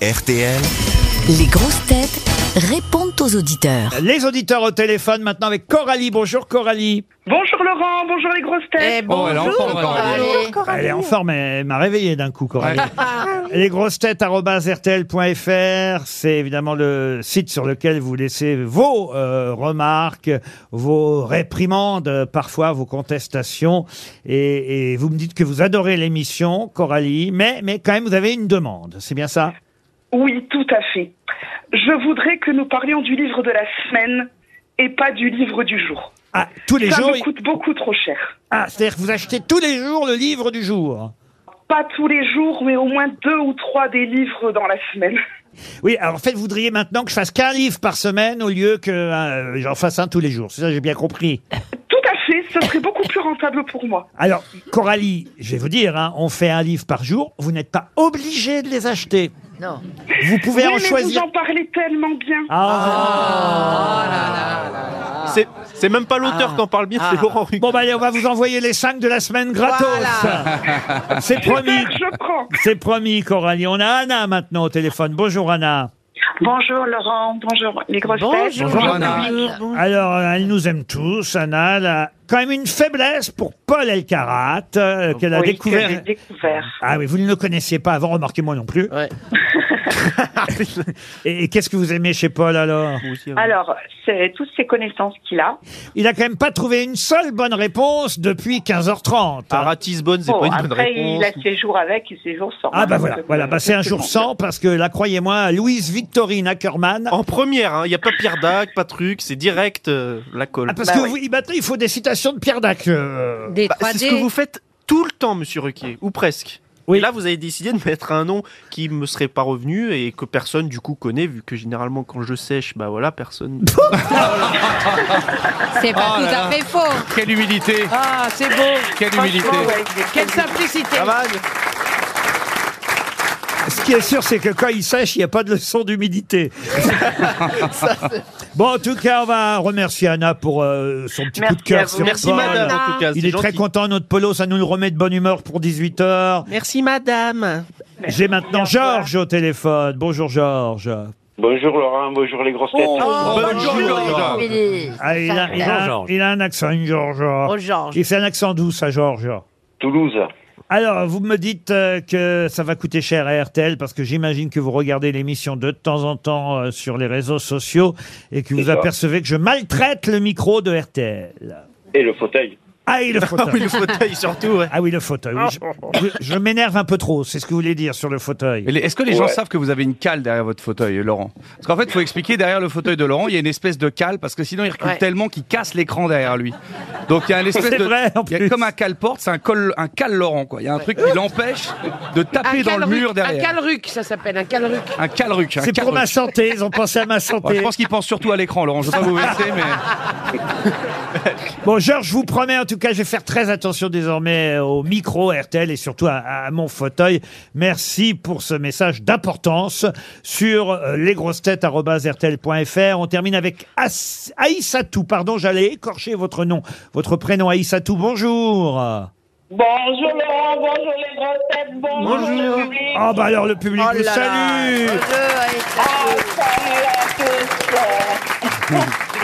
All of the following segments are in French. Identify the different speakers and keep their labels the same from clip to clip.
Speaker 1: RTL.
Speaker 2: Les grosses têtes répondent aux auditeurs.
Speaker 3: Les auditeurs au téléphone maintenant avec Coralie. Bonjour Coralie.
Speaker 4: Bonjour Laurent, bonjour les grosses
Speaker 3: Eh
Speaker 4: têtes.
Speaker 3: Elle est en forme, elle m'a réveillé d'un coup Coralie. Les grosses têtes rtl.fr, c'est évidemment le site sur lequel vous laissez vos euh, remarques, vos réprimandes, euh, parfois vos contestations. Et, et vous me dites que vous adorez l'émission, Coralie, mais, mais quand même vous avez une demande, c'est bien ça
Speaker 4: Oui, tout à fait. Je voudrais que nous parlions du livre de la semaine et pas du livre du jour.
Speaker 3: Ah, tous les
Speaker 4: Ça
Speaker 3: jours
Speaker 4: me coûte beaucoup trop cher.
Speaker 3: Ah, c'est-à-dire que vous achetez tous les jours le livre du jour
Speaker 4: Pas tous les jours, mais au moins deux ou trois des livres dans la semaine.
Speaker 3: Oui, alors en fait, vous voudriez maintenant que je fasse qu'un livre par semaine au lieu que euh, j'en fasse un tous les jours. C'est ça, j'ai bien compris.
Speaker 4: Tout à fait, ce serait beaucoup plus rentable pour moi.
Speaker 3: Alors, Coralie, je vais vous dire, hein, on fait un livre par jour. Vous n'êtes pas obligé de les acheter.
Speaker 2: Non.
Speaker 3: Vous pouvez
Speaker 4: oui,
Speaker 3: en
Speaker 4: mais vous
Speaker 3: choisir. Ah
Speaker 4: en Ah, parlez tellement bien.
Speaker 5: C'est- C'est même pas l'auteur qui en parle bien, c'est Laurent Ruquier.
Speaker 3: Bon, bah, allez, on va vous envoyer les 5 de la semaine gratos. C'est promis.
Speaker 4: Super, je prends.
Speaker 3: C'est promis, Coralie. On a Anna maintenant au téléphone. Bonjour, Anna.
Speaker 4: Bonjour Laurent, bonjour les grosses têtes.
Speaker 3: Alors, euh, elle nous aime tous. Anna, elle a quand même une faiblesse pour Paul Elkarat, euh, qu'elle a
Speaker 4: Oui, que j'ai
Speaker 3: découvert.
Speaker 4: découvert.
Speaker 3: Ah oui, vous ne le connaissiez pas avant, remarquez-moi non plus. et et qu'est-ce que vous aimez chez Paul alors
Speaker 4: Alors, c'est toutes ces connaissances qu'il a.
Speaker 3: Il a quand même pas trouvé une seule bonne réponse depuis 15h30.
Speaker 4: Ah.
Speaker 5: Par à Tisbonne, c'est
Speaker 4: Bon,
Speaker 5: pas une bonne
Speaker 4: après, il
Speaker 5: réponse.
Speaker 4: a ses jours avec et ses jours sans.
Speaker 3: Ah bah voilà,
Speaker 4: Donc,
Speaker 3: voilà,
Speaker 4: euh,
Speaker 3: bah c'est un jour
Speaker 4: effectivement.
Speaker 3: sans parce que là croyez-moi, Louise Victorine Ackerman.
Speaker 4: Oh.
Speaker 5: En première, hein, il n'y a pas Pierre Dac, pas truc, c'est direct euh, la colle.
Speaker 3: Ah, parce
Speaker 4: bah
Speaker 3: que
Speaker 4: oui.
Speaker 3: vous- maintenant il faut des citations de Pierre Dac. euh.
Speaker 2: Des
Speaker 5: Bah, c'est ce que vous faites tout le temps, monsieur Ruquier, ou presque.
Speaker 3: Oui.
Speaker 5: Et là, vous avez décidé de mettre un nom qui me serait pas revenu et que personne du coup connaît, vu que généralement quand je sèche, bah voilà, personne.
Speaker 6: C'est pas tout à fait faux.
Speaker 7: Quelle humilité
Speaker 6: Ah, c'est beau.
Speaker 7: Quelle humilité
Speaker 4: Franchement, ouais, c'est-
Speaker 6: Quelle simplicité.
Speaker 5: Ah bah,
Speaker 3: Ce qui est sûr c'est que quand il sèche, il n'y a pas de leçon d'humidité. bon en tout cas, on va remercier Anna pour euh, son petit
Speaker 4: Merci
Speaker 3: coup de cœur
Speaker 4: à vous.
Speaker 3: sur
Speaker 5: Merci
Speaker 3: Paul.
Speaker 5: madame en tout cas.
Speaker 3: Il
Speaker 5: c'est
Speaker 3: est très
Speaker 5: gentil.
Speaker 3: content, notre polo, ça nous le remet de bonne humeur pour 18h.
Speaker 5: Merci madame.
Speaker 3: J'ai maintenant Georges au téléphone. Bonjour Georges.
Speaker 8: Bonjour Laurent, bonjour les grosses têtes.
Speaker 6: Oh, Ah.
Speaker 5: bonjour, Georges.
Speaker 3: Ah, il, a, il a- il a un accent, une Georges.
Speaker 6: Georges.
Speaker 3: Et c'est un accent doux, ça, Georges.
Speaker 8: Toulouse.
Speaker 3: Alors, vous me dites euh, que ça va coûter cher à RTL parce que j'imagine que vous regardez l'émission de temps en temps euh, sur les réseaux sociaux et que vous
Speaker 8: ça.
Speaker 3: apercevez que je maltraite le micro de RTL.
Speaker 8: Et le fauteuil.
Speaker 3: Ah, il le
Speaker 5: Ah oui,
Speaker 3: fauteuil.
Speaker 5: le fauteuil surtout, ouais.
Speaker 3: Ah oui, le fauteuil. oui, je je- je m'énerve un peu trop, c'est ce que vous voulez dire sur le fauteuil.
Speaker 7: Et les- Est-ce que les gens
Speaker 8: Ouais.
Speaker 7: savent que vous avez une cale derrière votre fauteuil, Laurent Parce qu'en fait, il faut expliquer, derrière le fauteuil de Laurent, il y a une espèce de cale, parce que sinon il recule
Speaker 6: Ouais.
Speaker 7: tellement qu'il casse l'écran derrière lui. Donc il y a une espèce
Speaker 3: C'est
Speaker 7: de...
Speaker 3: vrai, en
Speaker 7: il y a
Speaker 3: plus.
Speaker 7: comme un cale-porte, c'est un, col, un cale Laurent, quoi. Il y a un truc qui l'empêche de taper dans le mur
Speaker 6: Un
Speaker 7: derrière.
Speaker 6: calruc, ça s'appelle, un calruc.
Speaker 7: Un calruc. un
Speaker 3: C'est pour
Speaker 7: calruc.
Speaker 3: ma santé, ils ont pensé à ma
Speaker 7: Bon, je
Speaker 3: santé.
Speaker 7: pense qu'il pense surtout à l'écran, Laurent. Je ne veux pas vous vexer, mais...
Speaker 3: Bon, Georges, je vous promets, en tout cas, je vais faire très attention désormais euh, au micro RTL et surtout à, à mon fauteuil. Merci pour ce message d'importance sur euh, lesgrossetêtes.rtl.fr. On termine avec As- Aïssatou. Pardon, j'allais écorcher votre nom, votre prénom Aïssatou. Bonjour. Ah,
Speaker 4: Bonjour Laurent, bonjour les grosses têtes, bonjour,
Speaker 5: Bonjour.
Speaker 4: le public.
Speaker 3: bah alors, le public vous salue.
Speaker 4: Ah, salut à tous.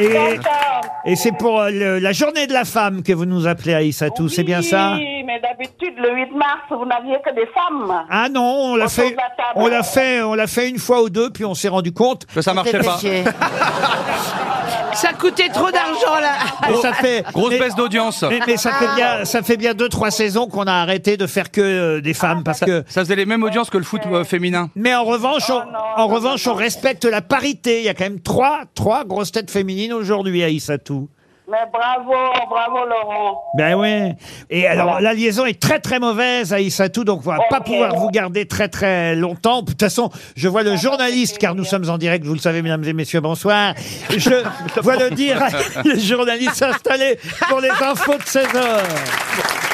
Speaker 3: Et,
Speaker 4: Bonsoir.
Speaker 3: et c'est pour euh, le- la journée de la femme que vous nous appelez Aïssatou, c'est bien ça?
Speaker 4: Oui, mais d'habitude, le 8 mars, vous n'aviez que des femmes.
Speaker 3: Ah non, on l'a
Speaker 4: Autour
Speaker 3: fait,
Speaker 4: de la table.
Speaker 3: on l'a fait, on l'a fait une fois ou deux, puis on s'est rendu compte.
Speaker 7: que ça
Speaker 6: Ah,
Speaker 7: marchait pas.
Speaker 6: Ça coûtait trop d'argent, là.
Speaker 3: Mais ça fait,
Speaker 7: Grosse
Speaker 3: mais-
Speaker 7: baisse d'audience.
Speaker 3: mais, mais ça fait bien, ça fait bien deux trois saisons qu'on a arrêté de faire que euh, des femmes parce que.
Speaker 7: Ça faisait les mêmes audiences que le foot euh, féminin.
Speaker 3: Mais en revanche,
Speaker 4: Ah
Speaker 3: on, en revanche, on respecte la parité. Il y a quand même trois, trois grosses têtes féminines aujourd'hui à Issatou.
Speaker 4: Mais bravo, bravo Laurent.
Speaker 3: Ben ouais. Et alors, la liaison est très très mauvaise à Issatou, donc on va pas
Speaker 4: Ok.
Speaker 3: pouvoir vous garder très très longtemps. De toute façon, je
Speaker 4: Ah,
Speaker 3: vois le journaliste, car nous sommes en direct, vous le savez, mesdames et messieurs, bonsoir. Je vois le dire, le journaliste s'installer pour les infos de 16 heures.